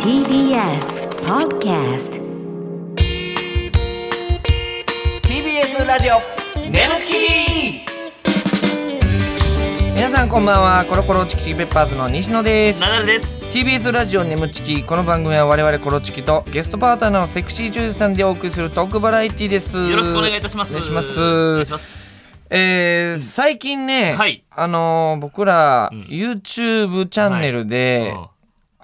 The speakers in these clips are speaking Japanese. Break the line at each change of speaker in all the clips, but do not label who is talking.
TBS Podcast
TBS ラジオネムチキ皆さんこんばんはコロコロチキチキペッパーズの西野です
ナダルです。
TBS ラジオネムチキこの番組は我々コロチキとゲストパートナーのセクシー女優さんでお送りするトークバラエティです
よろしくお願いいたします。
お願いしま
お願い
す
します
えー最近ね、
はい
あのー僕ら、
うん
YouTube チャンネルで、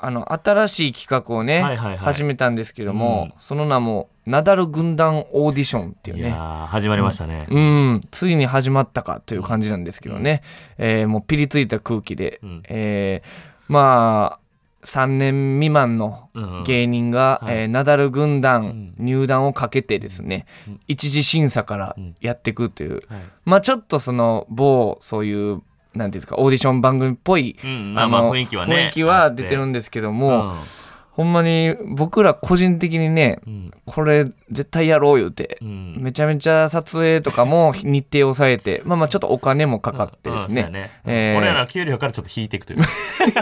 あの新しい企画をね、
はいはいはい
始めたんですけども、
うん
その名もナダル軍団オーディションっていう
い
ね
やー始まりましたね。
うん、ついに始まったかという感じなんですけどね、えーもうピリついた空気で、
うん
えーまあ3年未満の
うん
芸人が、
はい
えーナダル軍団
ん
入団をかけてですね、
うん
一次審査からやっていくという、
はい
まあちょっとその某そういうなんていうんですかオーディション番組っぽい、
うんまあまあ
の
雰囲気はね
雰囲気は出てるんですけども、ほんまに僕ら個人的にね
うん
これ絶対やろう言うて
う。ん
めちゃめちゃ撮影とか も日程を抑えて、まあまあちょっとお金もかかって
うん
で
うん
す
そうや
ね。えー
俺らの給料からちょっと引いていくというか。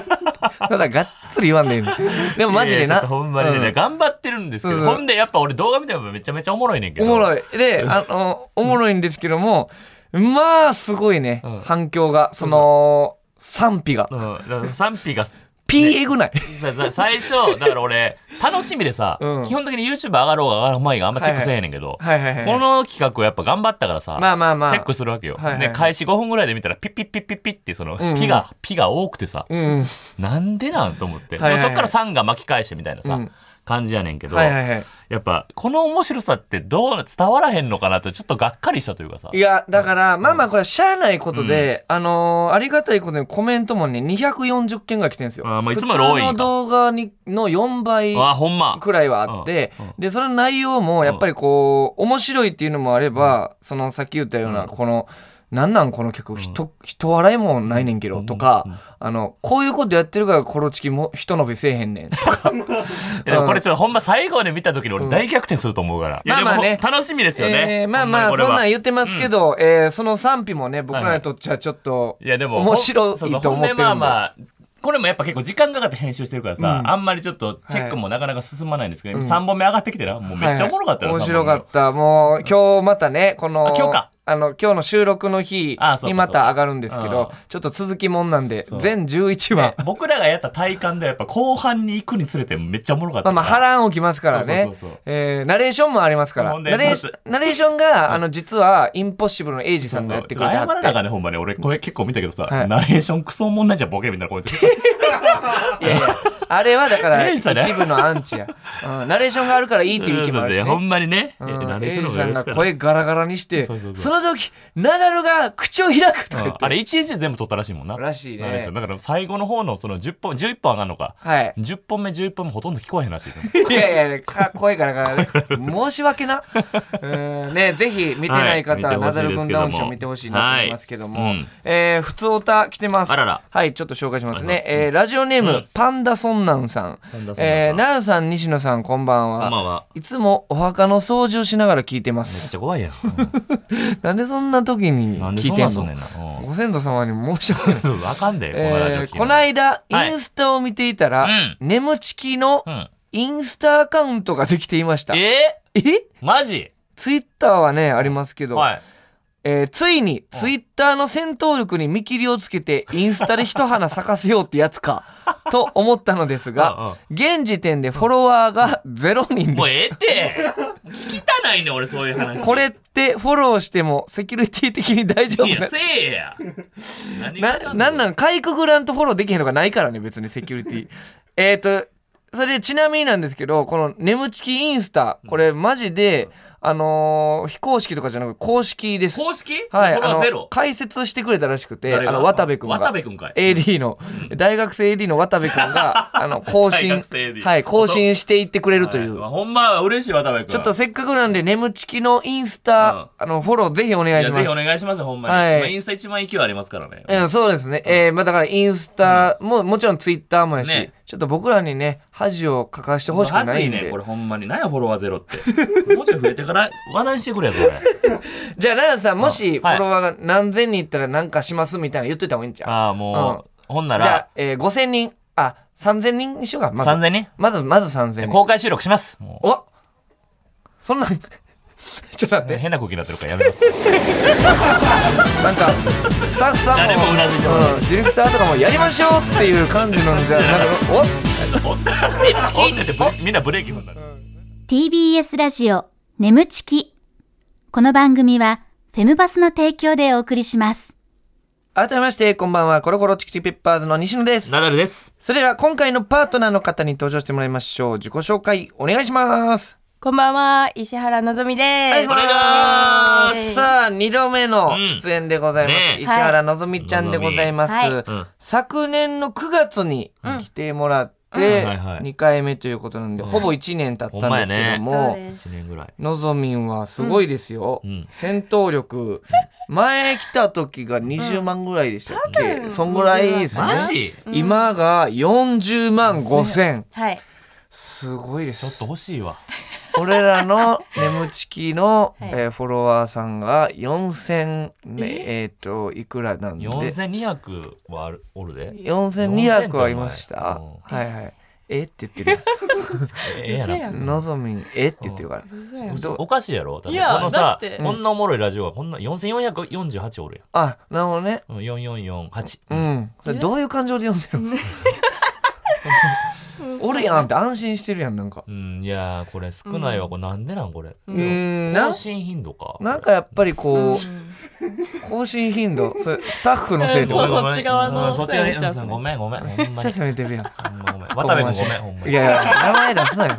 ただがっつり言わんでいいの。 で もマジで
いやいやちょっ
な。
とほんまに
う
ね
ん
頑張ってるんですけ
そう
ど、
そう
ほんでやっぱ俺動画見てもめちゃめちゃおもろいねんけ
お
ど。
も
い。
ろい。で、あの、おもろいんですけども、まあすごいね
うん、
反響が、その、賛否が
う。ん、だから賛否が
P えぐない。
ささ最初だから俺楽しみでさ、
うん
基本的に YouTube 上がろうが上がる前があんまチェックせえへんねんけど、
はいはいはい。
こ、の企画をやっぱ頑張ったからさ、
まあまあまあ。
チェックするわけよ。
はいはいはい
で開始5分ぐらいで見たらピッピッピッピッピッってその
うんうん
ピが、ピが多くてさ、
うん。
なんでなんと思って、
はいはいはい
でもそっから3が巻き返してみたいなさ、
うん
感じやねんけど、
はいはいはい。
やっぱこの面白さってどうな伝わらへんのかなとちょっとがっかりしたというかさ
いや、だから、まあまあこれはしゃあないことで、あのーありがたいことにコメントもね、240件ぐらい来てるんですよ。
あーまあいつもより多いん
普
か
通の動画にの4倍。
あほんま
くらいはあって、
うんうん
でその内容もやっぱりこう、面白いっていうのもあれば、そのさっき言ったような
うん
この、なんなんこの曲、ひと人笑いもないねんけどとか、
うんうん
あのこういうことやってるからコロチキも人伸びせえへんねんとか
いやでもこれちょっとほんま最後で見た時に俺大逆転すると思うから、いやでも
まあまあね
ほん楽しみですよね、
えーまあまあ
ほ
そん
んまにこれは
なん言ってますけど、えーその賛否もね僕らにとっちゃちょっと
いやでも
面白いと
そう
思
そ
っ
う
てるんで、
ほんでまあまあこれもやっぱ結構時間かかって編集してるからさ、
うん
あんまりちょっとチェックもなかなか進まないんですけ
う
ど、
ん
三3本目上がってきてなもうめっちゃおもろかったな、
はいはい面
三本
白
目
かったもう今日またねこの
あ今日か
あの今日の収録の日
あそうか
にまた上がるんですけ
そう
ど
か
ちょっと続きもんなんで
そう
全11話
ね僕らがやった体感ではやっぱ後半に行くにつれてめっちゃおもろかっ
ま
た
あまあ波乱起きますからね
そうそうそうそう
えーナレーションもありますから
ほんで
ナレーシ
そう
ナレーションがあの実はインポッシブルのエイジさ
そうんそ
がや
う
っ
ち
て
ょ
く
っ
れ
と
て
謝
はっ
ら
て
なあかんねほんまに俺これ結構見たけどさ、
はい
ナレーションクソおもんないじゃんボケみたいなコメント
いやいやあれはだから
エイ
一
ジさんね
部のアンチやうんナレーションがあるからいいっていう意見もあるし
ほ
ね
んまにね、
う
いやナ
ん
レー
エ
ショ
イ
ンの
ジ
方
さ
が
ん
よろ
が
しく
声ガラガラにして
そうそう
そ
そ
の時ナダルが口を開くとか言って
あれ一日で全部撮ったらしいもんな
らしいね
ナレーションだから最後の方のその10本11本上がるのか
はい
10本目11本目ほとんど聞こえへんら しいね
いやいや、か声からからね。申し訳な。うんね、ぜひ見てない方は、
はい
ナ
見てほ
ダル
しいですけども
軍団オーディション見てほしいなと思いますけども、
はいうん
えー普通歌来てます。
あらら
はい、ちょっと紹介します
お願い
ね。
します
えーラジオネーム、
うん
パンダソンナンさん。
パンダソンナンさん
えー、ナンさん、西野さん、こんばんは。
こんばんはい
つもお墓の掃除をしながら聞いてま
めっ
す。
ちゃ怖いやん、
なんでそんな時に
なんで
聞
そ
い
ん
て
なんんすんね
の
んな、うん
ご先祖様に申し訳ない。
そうわかんで、このラジオ聞
え
い
ー
て
この間、インスタを見ていたら、
はい
眠ちきの
うん、
インスタアカウントができていました。
え
え
ー、マジ
ツイッターはねありますけど、
はい
えーついにツイッターの戦闘力に見切りをつけてインスタで一花咲かせようってやつ かと思ったのですが現時点でフォロワーが0人
もう
です
ええって聞きたないねん俺そういう話
これってフォローしてもセキュリティ的に大丈夫
い
な
やせえや何が
ななんなんかいくぐらんとフォローできへんのがないからね別にセキュリテ ィえっとそれでちなみになんですけどこの「眠ちきインスタ」これマジで、あのー非公式とかじゃなく公式です
公式
はい、
これはゼ
あの
ロ
解説してくれたらしくて
誰
あ
が
の渡部君が
渡部君かい
AD の、大学生 AD の渡部君 があの更
大
新
学生 AD
はい更新していってくれるという、
はいほんま嬉しい渡部君
ちょっとせっかくなんで眠ちきのインスタ、あのフォローぜひお願いし
いやぜ
ま
ひ
す
お願いしますよほんまに、
はい
まあインスタ一番勢いありますからね、
うん、そうですね、えーまあ、だからインスタも、もちろんツイッターもやし、
ね
ちょっと僕らにね恥をかかしてほしく
ま
な
ず
い
い
んで
ねこれほんまに何やフォロワーゼロってもうちょい増えてから話題にしてくれやそれ
じゃあ奈良さんもしフ
はい
ォロワーが何千人いったら何かしますみたいなの言っといた方がいいんちゃう
ああもう、ほんな
じゃあ
ら、
えー、5000人あ3000人にしようかまず
3000人
まずまず3000人
公開収録します。も
おそんなん ちょっと待って
う変な空気になってるからやめます。
なんかスタッフさんも
誰もうなずいてない
うんディレクターとかもやりましょうっていう感じのじゃあなんか お
お おっててブレみんなブレーキ踏んだね。
TBS ラジオ眠ちきこの番組はフェムバスの提供でお送りします
改めましてこんばんはコロコロチキチキペッパーズの西野です
ナダルです。
それでは今回のパートナーの方に登場してもらいましょう自己紹介お願いします
こんばんは、石原のぞみで
お願い
す。
しますさあ2度目の
うん
出演でございます、
ねえ
石原のぞみちゃんでございます、
はい
うん
昨年の9月に来てもらって
うんはいはい
2回目ということなんで、
うん
ほぼ1年経ったんですけど
ほんまや
も、
ねそうです
1年ぐらい。
のぞみんはすごいですよ、
うん
戦闘力前来た時が20万ぐらいでしたっけ、
分
そんぐらいですね
マジ
今が40万5千
はい。
すごいで
ちょっ
す
と欲しいわ。
俺らの眠ちきの、
はい
えーフォロワーさんが4000ねえっ、といくらなんで
4200はあるおるで。
4200はいました
うん
はいはいえって言って る
ええや
嘘
な。
やん
のぞみんえって言ってるから
嘘やん
ど
おかしいやろだって
いや
この
だっ
さ
て、
こんなおもろいラジオがこんな4448おる
あなるほどね
やん。うん4448。
うんそれどういう感情で読 んでるの俺やんって安心してるやんなんか
うん、いやーこれ少ないわ。これなんでなんこれ。
うーんなん
更新頻度か。
なんかやっぱりこう
うん
更新頻度それスタッフのせいで
そう
俺
そう
めっ
そっち側の
うんそっち側
せいにしちゃうんですね
ごめんごめん。ほんまに
ちゃ責めてるやん
ほんまごめん。渡部君ごめん。ほんまに
いやいや、名前出すなよ。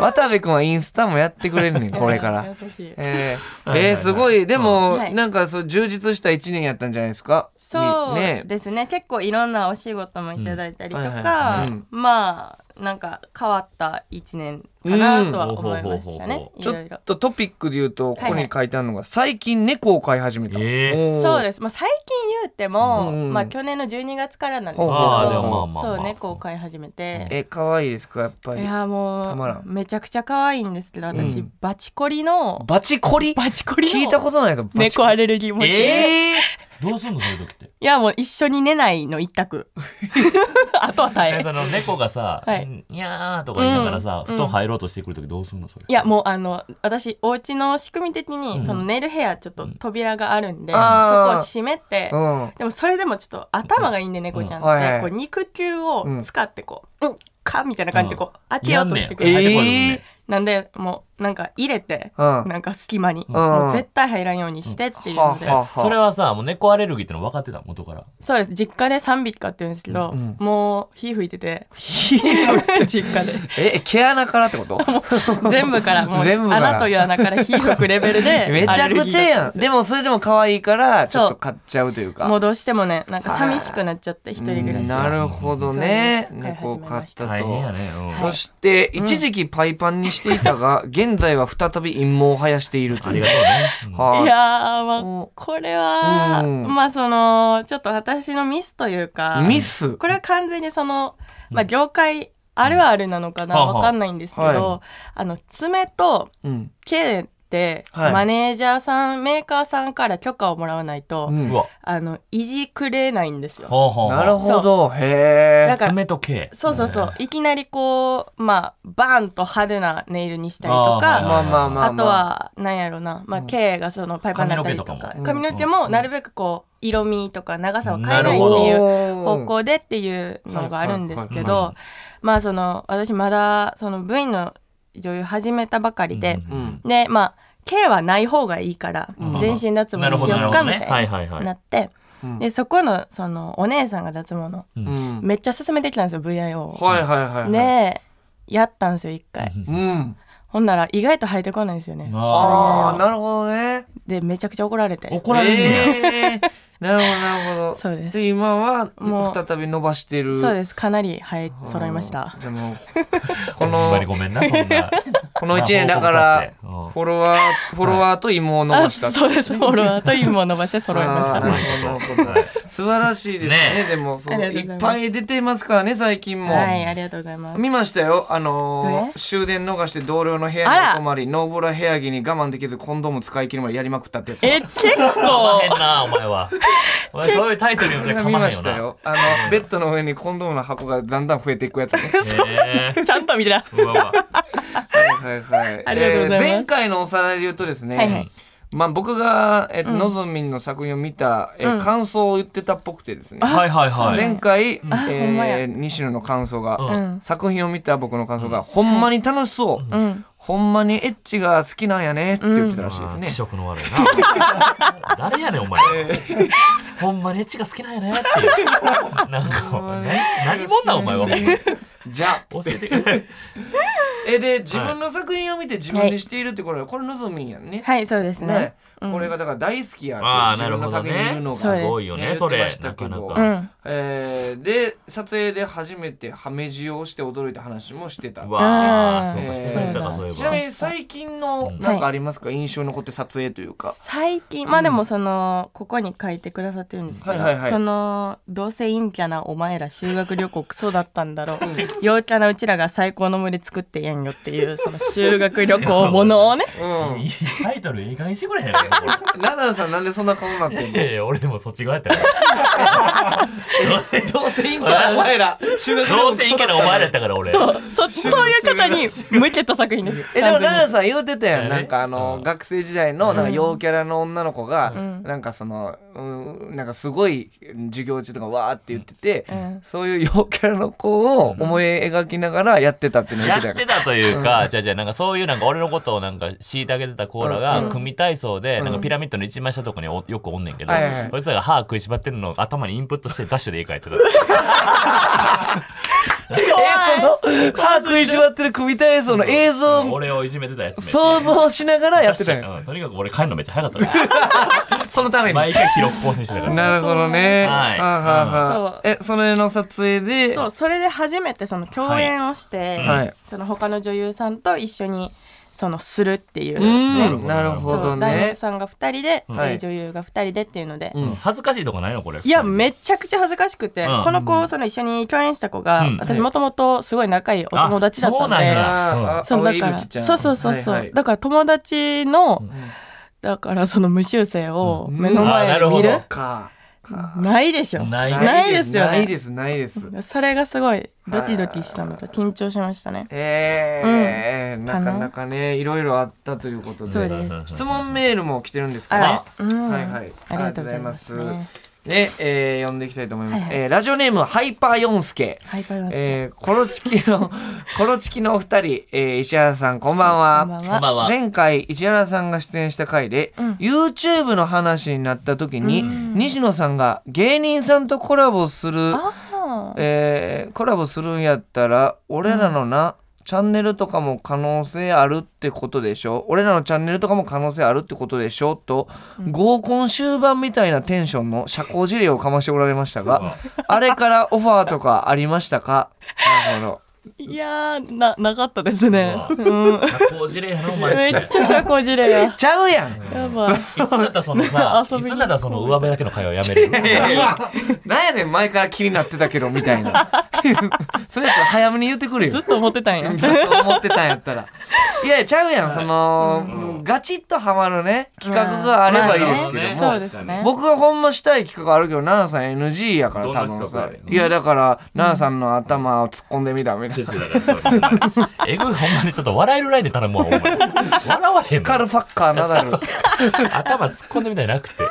渡部君はインスタもやってくれんねん、これから。。
優しい。
えー、
はいはいはい
えーすごい。でも、
はい
なんかそう、充実した一年やったんじゃないですか。
そう
にね。
ですね。結構いろんなお仕事もいただいたりと
うんはいはいは
か
いうん、
まあなんか変わった一年かなとは思いました
うん
ね。い
ちょ
ろい
っ
ろ。
とトピックで言うと、ここ
はいは
に
い
書いてあるのが、最近猫を飼い始めた。
えー
そう
す。
です。まあ最近言うても、
うん
まあ去年の12月からなんですけ
ほう
ど、
ほうほうあーでも
まあまあまあ
そう猫を飼い始めて。
え、可愛いですか、やっぱ
い
り。
やも
たまらん
うめちゃくちゃ可愛いんですけど私、
うん
バチコリの
バチコリ
バチコリ
聞いた
の
ことないぞ。バチコ
猫
リ
アレルギー持ちで、
え
どうすんのそういう時って。
いやもう一緒に寝ないの一択 あとは大
え
変
その猫がさ、
はい
にゃーとか言いながらさ、
うん
布団入ろうとしてくる時どうすんのそれ。
いやもうあの私お家の仕組み的に、
うん
その寝る部屋ちょっと扉があるんで、
あー
そこを閉めて、
ー
でもそれでもちょっと頭がいいんで猫ちゃんっ
うん
て、
はいはい
こう肉球を使ってこう「うんか」みたいな感じでこう、開けよ
や
うんと
ねん
してく
入
る、
っ
え
てこいもんね。
なんでもうなんか入れて、
うん。うん。
なんか隙間に、
ん
もう絶対入らんようにしてっていうので、
はあはあ
それはさ、もう猫アレルギーっての分かってた元から。
そうです実家で3匹飼ってるんですけど、
うん
もう火吹いてて 実家で
え、毛穴からって こと
全部からもう
全部から
穴という穴から火吹くレベルで
めちゃくちゃやん。
で
でも、それでも可愛いから、ちょっ
そ
と
う
買っちゃうというか。
もうどうしてもねなんか寂しくなっちゃって一人暮らし
な
が
るほどね
そうです
猫を飼った
大
と、
変やね。うん
そして、一時期パイパンにしていたが現在は再び陰謀を生やしていると
あ
い
り
う
がとうね。うん
はい
やー
う
ま
ん
あこれは
うん
まあそのちょっと私のミスというか
ミス
これは完全にその、まあ、業界あるあるなのか
う
な
んはあはあ
わかんないんですけど、
は
あの爪と
うん、
K って、
はい
マネージャーさんメーカーさんから許可をもらわないと、
うん
うわ。
あのいじくれないんですよ。
ほうほうほう。
なるほどへ
だ
え
から
爪と毛。
そうそうそう、いきなりこうまあバーンと派手なネイルにしたりと
あー
か
まあまあま
あ
あま
とはなんやろな、まあ、K がそのパイパンだったりとか
髪の毛とか
も
髪の毛もなるべくこう色味とか長さを変
ら
えないっ
な
て
る
いう
方
方向でっていうのがあるんです
は
け
いはいはい
どまあその私まだその V の女優始めたばかりで、
うんうん
でまあ K はない方がいいから
うん
全身脱毛
なるほ
し
どなる
よう
ほど
かみ
ね。
た
はいいはいは
に
い。
なって
うん
でそこのそのお姉さんが脱毛の
うん
めっちゃ勧めてきたんですよ VIO を。
はいはいはいはい
でやったんですよ一回
うん
うん
ほんなら意外と生えてこないんですよね
あ
あ
あ
ー
なるほどね
でめちゃくちゃ怒られて
怒られるんや。
えーなるほどなるほど
そうです
で今は
もう
再び伸ばしてる
そう
す
ですかなり生え揃いました
じゃあもうこ
ほんま
の
にごめんな、そんな。
この一年
まあ
だから
報告さうん
フォロワー、フォロワーと芋を伸ばした
あそうですフォロワーと今伸ばして揃えまし
あー
た
なるほどなるほど素晴らしいですね
ね
でもそう
ありがとう
い
ござい
っ
ます
ぱい出てますからね最近も、
はいありがとうございます
見ましたよあのー
え
終電逃して同僚の部
あ
屋に
ら
泊まりノーボラ部屋着に我慢できずコンドーム使い切るまでやりまくったってやつ
え結
ま
構
へんなお前はお前そういうタイトル読ん
これ
で
が
か
見
ま
ま
へんよ
した
な
よあの ベッドの上にコンドームの箱がだんだん増えていくやつ ね
え
ちゃんと見てな
ーうわうわ
はいはいはい
ありがとうございます
えー前回のおさらいで言うとですね、
はいはい
まあ、僕が、えっとのぞみんの作品を見た、えー感想を言ってたっぽくてですね、
はいはいはい
前回、え
ほんま
ー
や
西野の感想が、
うん
作品を見た僕の感想が、ほんまに楽しそう、
うん
ほんまにエッチが好きなんやねって言ってたらしいですね
気、色の悪いな誰やねんお前ほんまにエッチが好きなんやねっていうなんかね何者なんお前はほんまに
じゃあ
教えてくれ
えで自分の作品を見て自分でしているってこれ、これのぞみんやんね、
はいそうです
ね
ね、うん
これがだから大好きや
あ
っ
ー
て自
なる
分の
ほど
作
ね
品見るの
そう
が、
です
すごいよ
ね
ね
言
そ
っ
れ
てました
な
け
か
ど
な
う
か
ん
えーで撮影で初めてハメ字をして驚いた話もしてた
うわあ
うん
そうか
え
そう
ー
やったかそうい
ち
え
な
ば
みに最近の
うん
なんかありますか、印象に残って撮影というか
最近まあでもその、ここに書いてくださってるんですけど、
はいはいはい
そのどうせいいんきゃなお前ら修学旅行クソだったんだろう陽キャなうちらが最高の群れ作ってやんよっていうその修学旅行ものをね
うん
いいタイトル映画にしてくれへんかこれ
ナダルさんなんでそんな顔になってん
い
の
やいや、俺もそっち側やったから。
どうせいいんかお前ら修学旅行
どうせいいけど、お前らやったから、俺。
そうそそういう方に向けた作品です
えでも
完全に
ナダルさん言うてたやん
え
なんかあの、
うん
学生時代のなんか陽キャラの女の子が、
ん
なんかその、うん、なんかすごい授業中とかわーって言ってて、
ん
そういう陽キャラの子を思い描きながらやってたっていうの言っ
やって
たやん
てたというか、じゃあじゃあなんかそういうなんか俺のことをなんか虐げてたコーラが組体操でなんかピラミッドの一番下とこにおよくおんねんけど
はいはいはい、
俺さが歯食いしばってるのを頭にインプットしてダッシュで絵描 いてた。
えその歯食いしばってる組体操の映像を
俺をいじめてたやつめっち
想
ゃ
像しながらやってたんや
うんとにかく俺帰るのめっちゃ早かったか
そのため
ら。
に
毎回記録更新してたから。
なるほどね
はい
はあはあはあ
そう
えそれの撮影で
そうそれで初めてその共演をして、
はい
その他の女優さんと一緒にそのするっていう、
うんなるほ
そ
ど
う男
ね
優さんが2人で、
はい
えー女優が2人でっていうので、
うん
恥ずかしいとこないのこれ。
いやめちゃくちゃ恥ずかしくて、
うん
この子その一緒に共演した子が、
うん
私もともとすごい仲いいお友達だったん
あそ
で、
うなんや
あー
そう
青
だ
い
か
ゆきちゃ
ら
ん
そうそうそうそう、
はいはい
だから友達の、だからその無修正を目の前で見
うんあな
る
る、
か
ないでしょ
ない
ないですよね
ないですないです
それがすごいドキドキしたのと緊張しましたね
えーなかなかねいろいろあったということ
そう
で
です
質問メールも来てるんですか
あ
ら
ら、うん
はいはい
ありがとうございます、
ありがとうござい
ね
ねえー読んでいきたいと思います
はいはい
えーラジオネームハイパーヨンスケ
はい、これます、
えー、コロチキの コロチキのお二人、えー、石原さんこんばんは
こんばん
こんば
は。
んは。
前回石原さんが出演した回で、
うん
YouTube の話になった時に、西野さんが芸人さんとコラボする、
あー
えーコラボするんやったら俺らのな、チャンネルとかも可能性あるってことでしょ俺らのチャンネルとかも可能性あるってことでしょと、合コン終盤みたいなテンションの社交辞令をかましておられましたが あれからオファーとかありましたかなるほど
いやーななかったですね。
う
うん
社交辞令やなお前
め
って
っちゃ社交辞令や。
ちゃうやん
やばい。
いつになったらそのさ
遊
い
び
つ
に
になったらその上辺だけの会話やめれる
なんやねん前から気になってたけどみたいなそれやったら早めに言ってくれよ
ずっと思って たんや。
ずっと思ってたんやった らいやちゃうやんその、ガチッとハマるね企画があればいいですけども、
まあ
そうですね。
僕がほんましたい企画あるけど奈々さん NG やから
ど
多
んな
分さ
企画ある
いやだから奈々さんの頭を突っ込んでみたみたいな。
えぐいほんまにちょっと笑えるラインで頼むわお前笑われへ
ス
ん
カ
の
ルファッカーナ ダル。
頭突っ込んでみたいなくて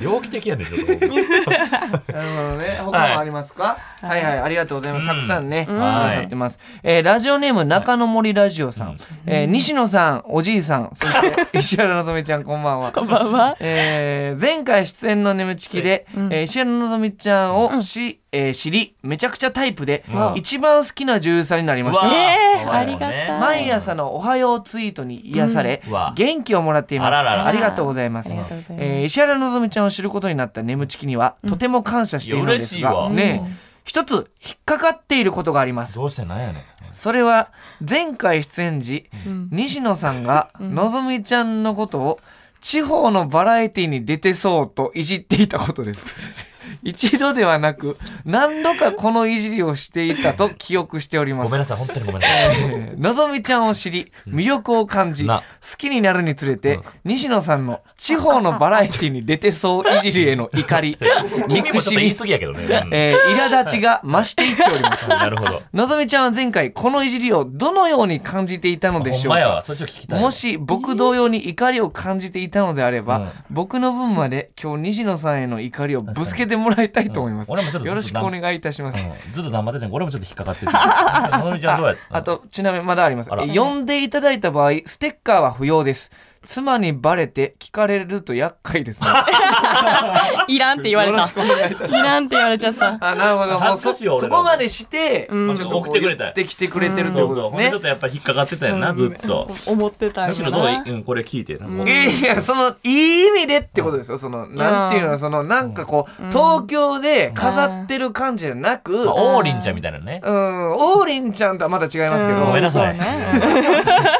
猟奇的やねんちょっとほんま
な
に
るほどね。他もありますか、はい、はいはいありがとうございます。たくさんね、くださってます。えーラジオネーム、中野森ラジオさん。えー西野さん、おじいさん、そ して、石原のぞみちゃん、こんばんは。
こんばんは。
えー前回出演の眠ちきで、えー石原のぞみちゃんをし、えー知り、めちゃくちゃタイプで、
うん
一番好きな女優さんになりまし
う
た。
わ
えー、
可
あ
愛い
り
もん
が
ね
たい。
毎朝のおはようツイートに癒され、
うんうわ
元気をもらっています。
あららら
ありがとうございます。
ありがとうございます
えー石原のぞみちゃんを知ることになった眠ちきには、とても感謝しているのです
いや
が、
嬉しいわ
ねえ一つ引っかかっていることがあります
どうしてなんやねん。
それは前回出演時、西野さんがのぞみちゃんのことを地方のバラエティに出てそうといじっていたことです。 一度ではなく何度かこのいじりをしていたと記憶しておりま
ごめんな
す。
さい、本当にごめんなさ い。
えーのぞみちゃんを知り魅力を感じ好
な
きになるにつれて
うん
西野さんの地方のバラエティに出てそういじりへの怒 り憎
君もちょっと
し
言い
み、
過ぎやけどね。うん
えー苛立ちが増していっております。
なるほど。
のぞみちゃんは前回このいじりをどのように感じていたので
ほ
し
ん
ょう
まやわ、
か
それちょっと聞きたい。
も、し僕同様に怒りを感じていたのであれば、
うん
僕の分まで今日西野さんへの怒りをぶつけてもらいたいと思います、
うん俺もちょっと
よろしくお願いいたします、
うん、ずっと黙ってて、俺もちょっと引っか かってて。のぞみちゃんどうや
あ、とちなみにまだあります
あら
え呼んでいただいた場合ステッカーは不要です妻にバレて聞かれると厄介です ね
いらんって言われ
よろ
た
しくお願いいたし
い
ます
らんって言われちゃった
あなるほどもう
恥ず
そ
かしいよ
そ
俺ら
こ
も
までして、
うん
ちょっとこう
送ってくれた
言ってきてくれてるとい
そうう
ことです
そう、ほん
ね
でちょっとやっぱ引っかかってたよな、ずっと。
思ってたんやな
むしろどうい、うん、これ聞いて。
ん
いやいや、その、いい意味でってことですよ。その、なんていう
う
の、
ん
その、なんかこう、
うん
東京で飾ってる感じじゃなく、うん、
まあ、
王
王林ちゃんみたいなね。
林ちゃんとはまた違いますけど、
う
ごめんなさい。
そうね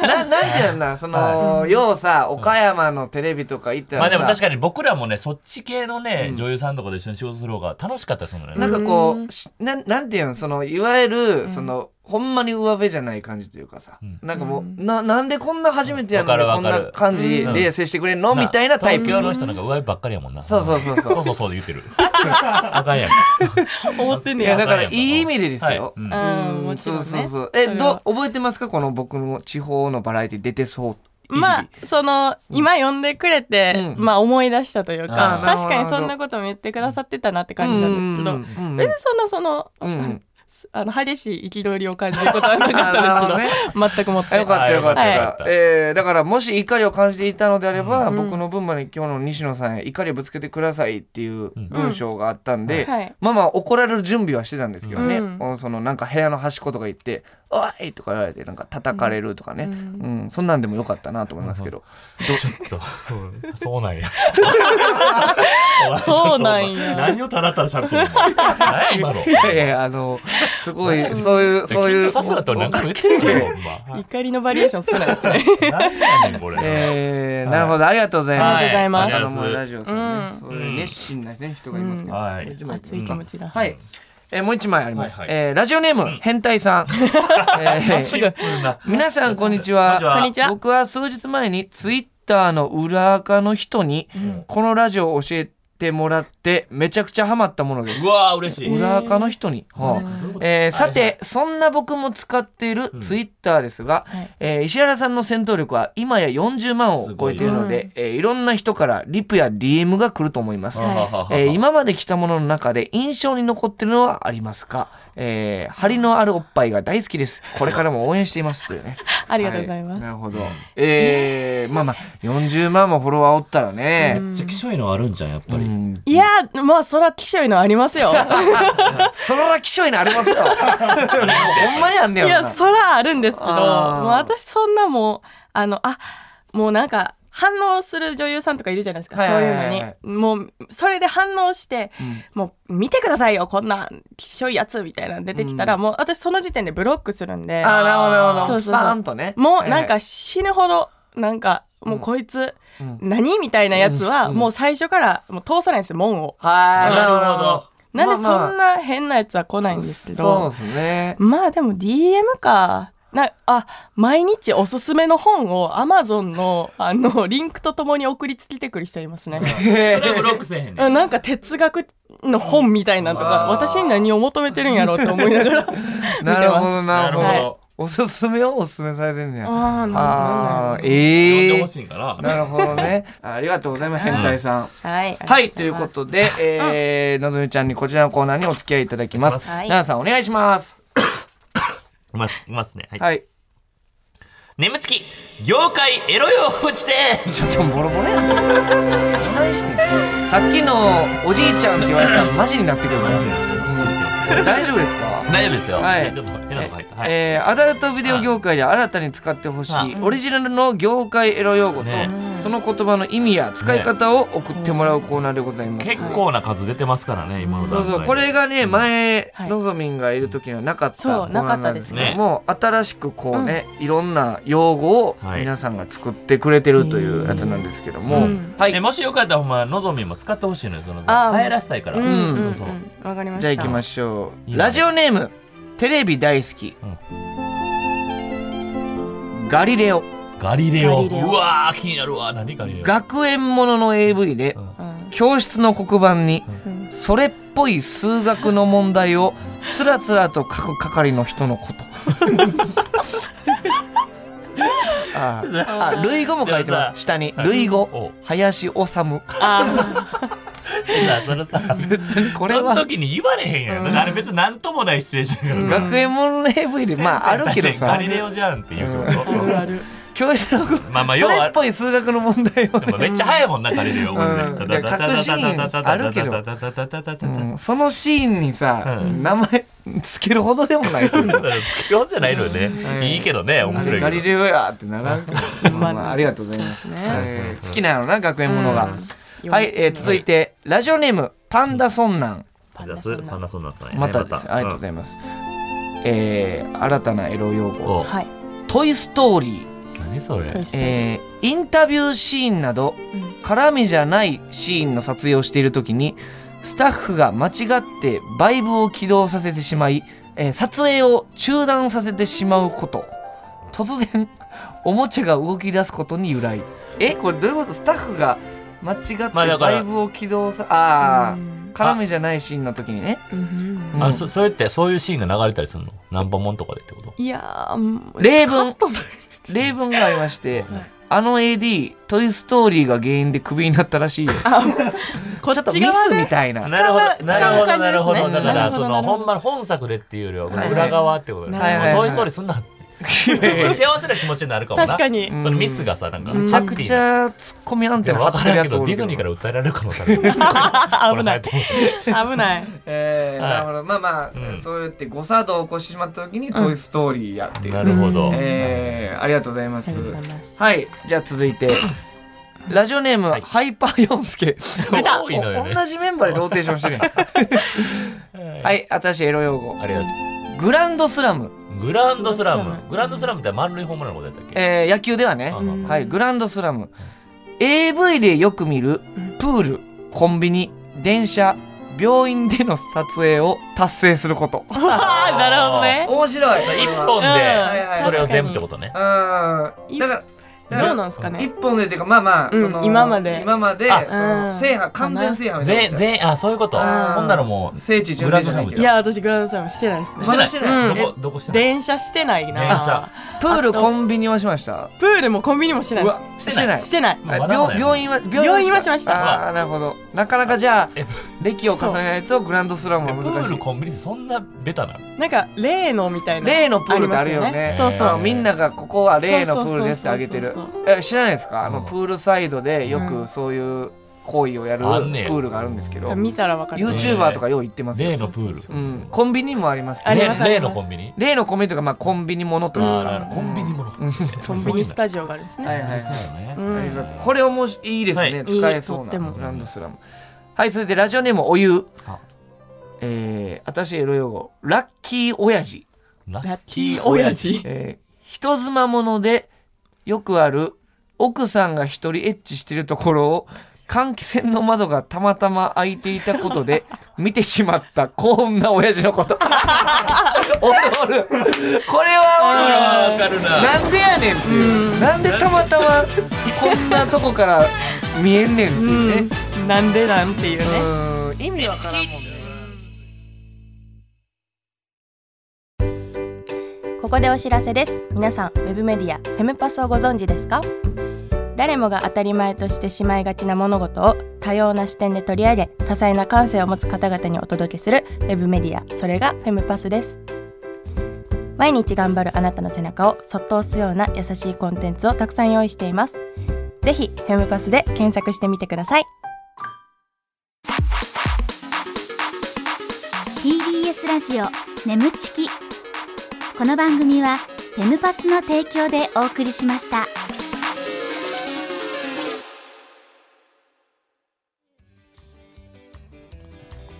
ななんていうんだ、その、要はさ、岡山のテレビとか行ったら
まあ
さ、
でも確
か
かに僕らもね、そっち系のね、
うん
女優さんとかで一緒に仕事する方が楽しかったですもんね。
なんか
う
こ
ん
う、しなんなんていうの、その、いわゆる、その、ほんまに上辺じゃない感じというかさ、
うん
なんかもう、
うん
な、なんでこんな初めてやの
わ
に
かる
こ
わ
ん
かる
な感じで接してくれんのみたいなタイプ。
東京の人なんか上ばっかりやもんな。
そうそうそうそう
そうそうそう言っ てる。あかんやん。
思ってん
い
ね
や、
や
だから、いい意味でですよ。
はいうん
うん
うん
もちろんね
そうそうそう。え、
それ
ど
は、
覚えてますかこの僕の地方のバラエティ出てそう。
まあ、その、今呼んでくれて、
うん
まあ思い出したというか、
あー
確かにそんなことも言ってくださってたなって感じなんですけど、
うんうんうん
別にそんなその、
うんうん
あの激しい憤りを感じることはなかったですけど、全くもっ
あ
て。
よかったよかった。
はい
よかったえーだから、もし怒りを感じていたのであれば、
うん
僕の分まで今日の西野さんへ怒りをぶつけてくださいっていう文章があったんで、
はい。
まあまあ怒られる準備はしてたんですけどね、
うん
うんそのなんか部屋の端っことか行って「おい!」とか言われてなんか叩かれるとかね、う
うん
んそんなんでもよかったなと思いますけど、
ちょっと、うんそうなんや。
そうなんや
何をたらたらしゃべってるの何や今の。
いやいやあのすごいそういうそういう
緊張させらと何回も言ってるよ、ほんま。
怒りのバリエーション少ないで すね。
何やねん、これ。
えー、なるほど、ありがとうございます。
ありがとうございます
あのもうラジオさんね、
うん
そういう熱心なね、人がいますけど。
うんはい
熱い気持ちだ。
はい。えーもう一枚あります。
はいはい
えーラジオネーム、変態さん。えー
すぐ。
うんな
皆さん、こんにちは。
こん
にちは
僕は数日前に、ツイッターの裏垢の人に、
ん
このラジオを教えてもらって、めちゃくちゃハマったものです
う。わー、嬉しい。
裏垢の人に。はあえーさて、
はい
そんな僕も使っている
ん
ツイッターですが、
はい
えー石原さんの戦闘力は今や40万を超えているのでい,、えーいろんな人からリプや DM が来ると思います、
はははは
えー今まで来たものの中で印象に残ってるのはありますか、えー、張りのあるおっぱいが大好きですこれからも応援していますというね
ありがとうございま
は
す。
なるほどえー、まあまあ40万もフォロワーおったらね、
めっちゃ気性いいのあるんじゃん、やっぱり。
うん
いやー、まあ、そら、気象いのありま すよ。
そらきしょいのあり ますよほんまにあんね
い
やろな
や、そらあるんですけど、
あー
もう私そんなもう、あの、あ、もうなんか、反応する女優さんとかいるじゃないですか、
はい
そ
は
う
い
い
はいう
のに。もう、それで反応して、もう、見てくださいよ、こんな、きしょいやつ、みたいなの出てきたら、もう、私その時点でブロックするんで、
あーなるほどなるほど
そうそうそう
バーンとね
もう、なん
は
か死ぬほど、なんか、もうこいつ、
ん
何みたいなやつは、
うん
もう最初から、もう通さないんですよ、門を。
いはい
なるほど
なんで
まあまあ
そんな変なやつは来ないんですけど。
そうですね
まあでも DM か。なあ毎日おすすめの本を Amazon のあのリンクとともに送りつけてくる人いま すね。
それブロックせえへんねん。
うんなんか哲学の本みたいなのと
わ
か
あ
私に何を求めてるんやろうと思いなが ら見て
なるほ
ま
ど
す。
なるほど、
なるほ
ど
おすすめをおすすめされてんねや
ああ
あー
なる
呼ん
え
で
え
ほしいんかな。
なるほどねありがとうございます変態さん、
ほど。はい
はいということで、えーのぞみちゃんにこちらのコーナーにお付き合いいただきます
お願いしますはい
奈々さんお願いします
います、いますね。はい。
はい
眠ちき、業界エロ用語辞典
ちょっとボロボロやん何してんのさっきのおじいちゃんって言われたらマジになってくるから大丈夫ですか
大丈夫ですよ。
はい
ちょっと変なのが入った。はい。
えーアダルトビデオ業界で新たに使ってほし
はい
オリジナルの業界エロ用語と
ね
その言葉の意味や使い方を送ってもらうコーナーでございます。
結構な数出てますからね、今の
そ
段
う
階
そうこれがね前
はい
のぞみんがいる時にはなかった
そう
コーナーなんですけども新しくこうねいろんな用語を
はい
皆さんが作ってくれてるというやつなんですけども
うん
はい
えもしよかったら、ほんま、のぞみも使ってほしいのよ。その、
あー
帰らせたいから。
うんうんうん
そうそう
わかりました
じゃあ行きましょ
いういな
ラジオネームテレビ大好きガリレオ
ガリレオ。
ガリレオ
うわー、気になるわ。何ガリレオ。
学園ものの AV で
うん
うん
教室の黒板に
うん
それっぽい数学の問題をつらつらと書く係の人のこと あああ類語も書いてます下に類語
お
林修
さそれさ、
別にこ
こ
れ
の
は
時に言われへんやん。だからあれ別になんともないシチュエーションやから。
学園ものの AV でまああるけど
確かにガ
さ
リレオじゃんって言うってこと。
ある
教室の黒板
まあまあ、
そ
要
れっ
は、
ぽい数学の問題を
でもめっちゃ早いもんな、ガリレオ。
うんいや確信あるけどうんそのシーンにさ、
うん
名前つけるほどでもないというか
だからつけようじゃないのよ
ん
ね。いいけどね、 面白い
ガリ
けど。
レオやってならんけどまあまあありがとうございます
そうですね
えー好きなのな学園ものが
うん
はい、えー、続いてラジオネームパンダソンナン
パナソパナソナさんやね。
またですありがとうございますえー新たなエロ用
お
語
はい
「トイ・ストーリー
何それ。
トイス」トーリー
えーインタビューシーンなど
うん
絡みじゃないシーンの撮影をしている時にスタッフが間違ってバイブを起動させてしまい、えー撮影を中断させてしまうこと突然おもちゃが動き出すことに由来えこれどういうことスタッフが間違って
まあだから
バイブを起動さあ
うん
あ絡みじゃないシーンの時にね
うん
うん
あ、そ、そうやって、そういうシーンが流れたりするのナンパモンとかでってこと
いやーうん
例文
カットされ
例文がありましてあの AD「トイ・ストーリー」が原因でクビになったらしいよち
こ
ょっと
ち
ミ
側
ス
で
みたいな
なるほど、
使う
なるほど、なるほ
使う感じで
ど。
すね
だか
なる
ら、
ほ
そ
どな
の、
るほど
ほんまの本作でっていうよりは、こ
は
の
い
裏側ってことで。もう
はい
はいはい
トイストーリーすんな。幸せな気持ちになるかもな。
確かに
うん
そのミスがさ、なんか、
うん
めちゃくちゃツッコミアンテ
で
ナ
も
張
分
っ
か
てる
らん
や
け
つお
ど、
るけ
ディズ
ど
ニーから訴えられるかもしれない。
危ない危ない
えー
はい
なるほどまあまあ、
うん
そうやって誤作動を起こしてしまった時に「トイ・ストーリー」やっていう、
なるほど。
えーありがとうございま
あり
す
がとうございます
はいじゃあ続いてラジオネーム、
はい
ハイパーヨンスケ
多いのよね。
同じメンバーでローテーションして るやんはい私エロ用語
ありがとうござい
グランドスラム、
ます。グランドスラ
グランドスラ
ム。
ム
グランドスラムって満塁ホームランのことやったっけ
えー野球ではね
あ、うん
はいグランドスラム AV でよく見るプールコンビニ電車病院での撮影を達成すること
あーなるほどね
面白い
一本
うん
で、それを全部ってことね。
うんだからだから
どうなんですか
一
ね
本でっていうかまあまあ、
うん
その
今まで
今までそ
あ
の
うん
制覇完全制覇みたい
全
な
全あそういうこと。ほん
あー
ならもう
聖地巡礼じゃないけ
グ
い
ど
ラ
や私グランドスラムしてないですね
まだしてない、
うん
どこどこしてない。
電車してないな
電車
プールコンビニはしました
プールもコンビニもしてないうです
わし
してて
な
ないい
してない
まあまだまだ
病病院
や
は
病院はしました
ああーなるほどなかなかじゃあ
え
歴を重ねないとグランドスラム
で
は
プ
難しい
ールコンビニってそんなベタな。
なんか例のみたいな
例のプールってあるよね
りますそう
あ
そ
の
う
みんながここは例のプールですってあげてる
そうそうそ
え知らないですかあの
うん
プールサイドでよくそういう行為をやるプ
あんねや
ールがあるんですけど
見たらわかる
YouTuber とかよう行ってますよ
例のプール。
うんコンビニもありますけ
あ
ど
り
例
ます
例のコンビニ。
例のコンビニというかまあコンビニものという
あ
か
あコンビニもの。
コンビニスタジオがあるんです
はい
ね
はいはい
そうだね
うん
ありがとうこれはもういいです
は
ね
い
使えそう
いいとっ
な
ても
グランドスラムはい続いてラジオネームお湯
あ
えー私エロ用語ラッキー親父
ラ
ラッキー親父
えー人妻ものでよくある奥さんが一人エッチしてるところを換気扇の窓がたまたま開いていたこと で見てしまったこんな親父のこと おるおるこれはおる
わかるな。
なんでやねんっていうなんでたまたまこんなとこから見えんねんっていうね
うんなんでなんていうね
うん意味わからんもんね
ここでお知らせです皆さんウェブメディアフェムパスをご存知ですか誰もが当たり前としてしまいがちな物事を多様な視点で取り上げ多彩な感性を持つ方々にお届けするウェブメディアそれがフェムパスです毎日頑張るあなたの背中をそっと押すような優しいコンテンツをたくさん用意していますぜひフェムパスで検索してみてください
TBS ララジオ眠ちきこの番組はフェムパスの提供でお送りしました。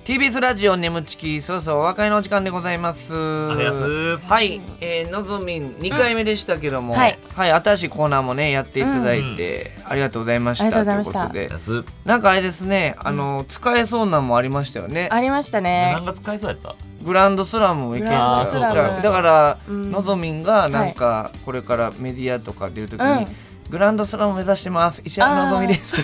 TBS ラジオ眠ちきそろそろお別れのお時間でございます
ありがとう
はい、えー、のぞみん2回目でしたけども、
うん
は
はいい、
新しいコーナーもねやっていただいて、ありがとうございました
ありがとうございました
ということで
安っ
なんかあれですねあの、使えそうなんもありましたよね
ありましたね
何。が使えそうやった
グランドスラムもいけんじゃん
グランドスラム
だからだから、
うん
のぞみんがなんかこれからメディアとか出るときに、
うん
グランドスラム目指してます石原のぞみです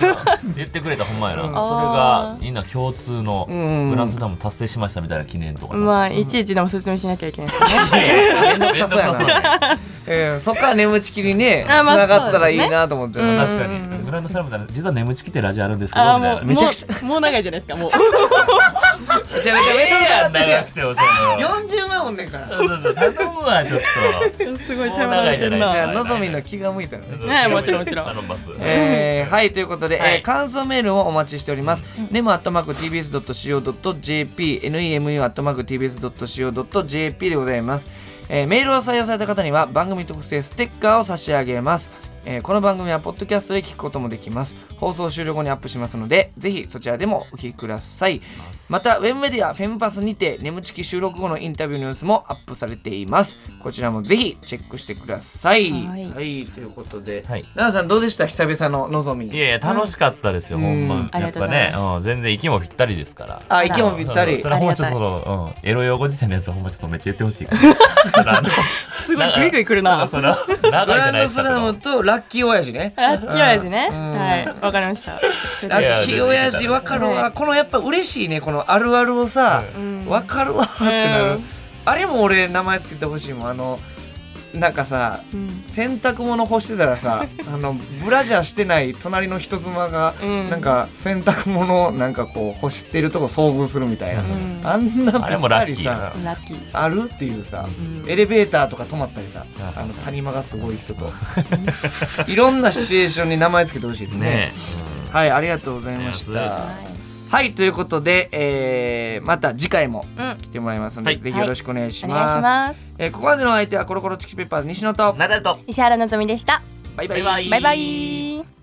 言ってくれたほんまやな、
うん
それがみんな共通の
うん
フランスダム達成しましたみたいな記念とかな、
まあいちいちでも説明しなきゃいけないです
め
ね。
んどくさそうや
めんどくさ
な、えーそっから眠ちきにね繋
あまあ
がったらいいなと思って、
そうですね
確かにグランドスラムだね実は眠ちきってラジオあるんですけど
あ
みたい
ー
な
も
め
う
ちゃ
も
くちゃ
うもう長いじゃないですかもう。
めちゃめちゃめちゃめちゃ
長くてもそれは
40万おんねんからじ
そうそうそう頼むわちょっと
すごい
もう
手間
長
が
いじゃな
か
ゃ
いですか
あのぞみの気が向いたらね
ねもちろんもちろん
頼ます
えーはいということで、
は
えー
い
感想メールをお待ちしております。ネムアットマーク tbs.co.jp、nemu アットマーク tbs.co.jp でございます、えーメールを採用された方には番組特製ステッカーを差し上げます。えーこの番組はポッドキャストで聞くこともできます。放送終了後にアップしますので、ぜひそちらでもお聞きください。また、ウェブメディアフェムパスにて、ネムチキ収録後のインタビューの様子もアップされています。こちらもぜひチェックしてください。
はい
はい、ということで、
はい
奈々さんどうでした久々ののぞみ
いやいや楽しかったですよ、ほん
うん
まやっぱ
ありが
ね
とうござい、
うん、全然息もぴったりですから
あ息もぴったり
それほんまちょっとその、うん、エロ用語辞典のやつほんまちょっとめっちゃ言ってほしいから
すごいグイグイ来るな。
その長いじ
グラ
ゃ
ン
な
ド
いです
ス
か
ラムとラッキー親父ね
ラッキー親父ね。
うん
はいわかりました。
ラ
いや
ッキー親父分かるわこのやっぱ嬉しいねこのあるあるをさ
うん
分かるわってな
う
る
ん
あれも俺名前つけてほしいもんあのなんかさ
うん
洗濯物干してたら さあのブラジャーしてない隣の人妻が、
うん
なんか洗濯物をなんかこう干してるとこ遭遇するみたいな、
ん
あんな
あ
ぴ
れも
った
ラッ
り
キーやな
さ
ラッキー。
あるっていうさ、
ん
エレベーターとか止まったりさ、
うん
あの谷間がすごい人と いろんなシチュエーションに名前つけてほしいですね
ね
はいありがとうございまし
ありがとうご
たはいということで、えーまた次回も
うん
来てもらいますので、
はい
ぜひよろしくお願いし
お願い
ます,、
します。
えーここまでのお相手はコロコロチキチキペッパーズ西野と
ナダルと
石原のぞみでした。
バイバ
バイバイ
バイバイ。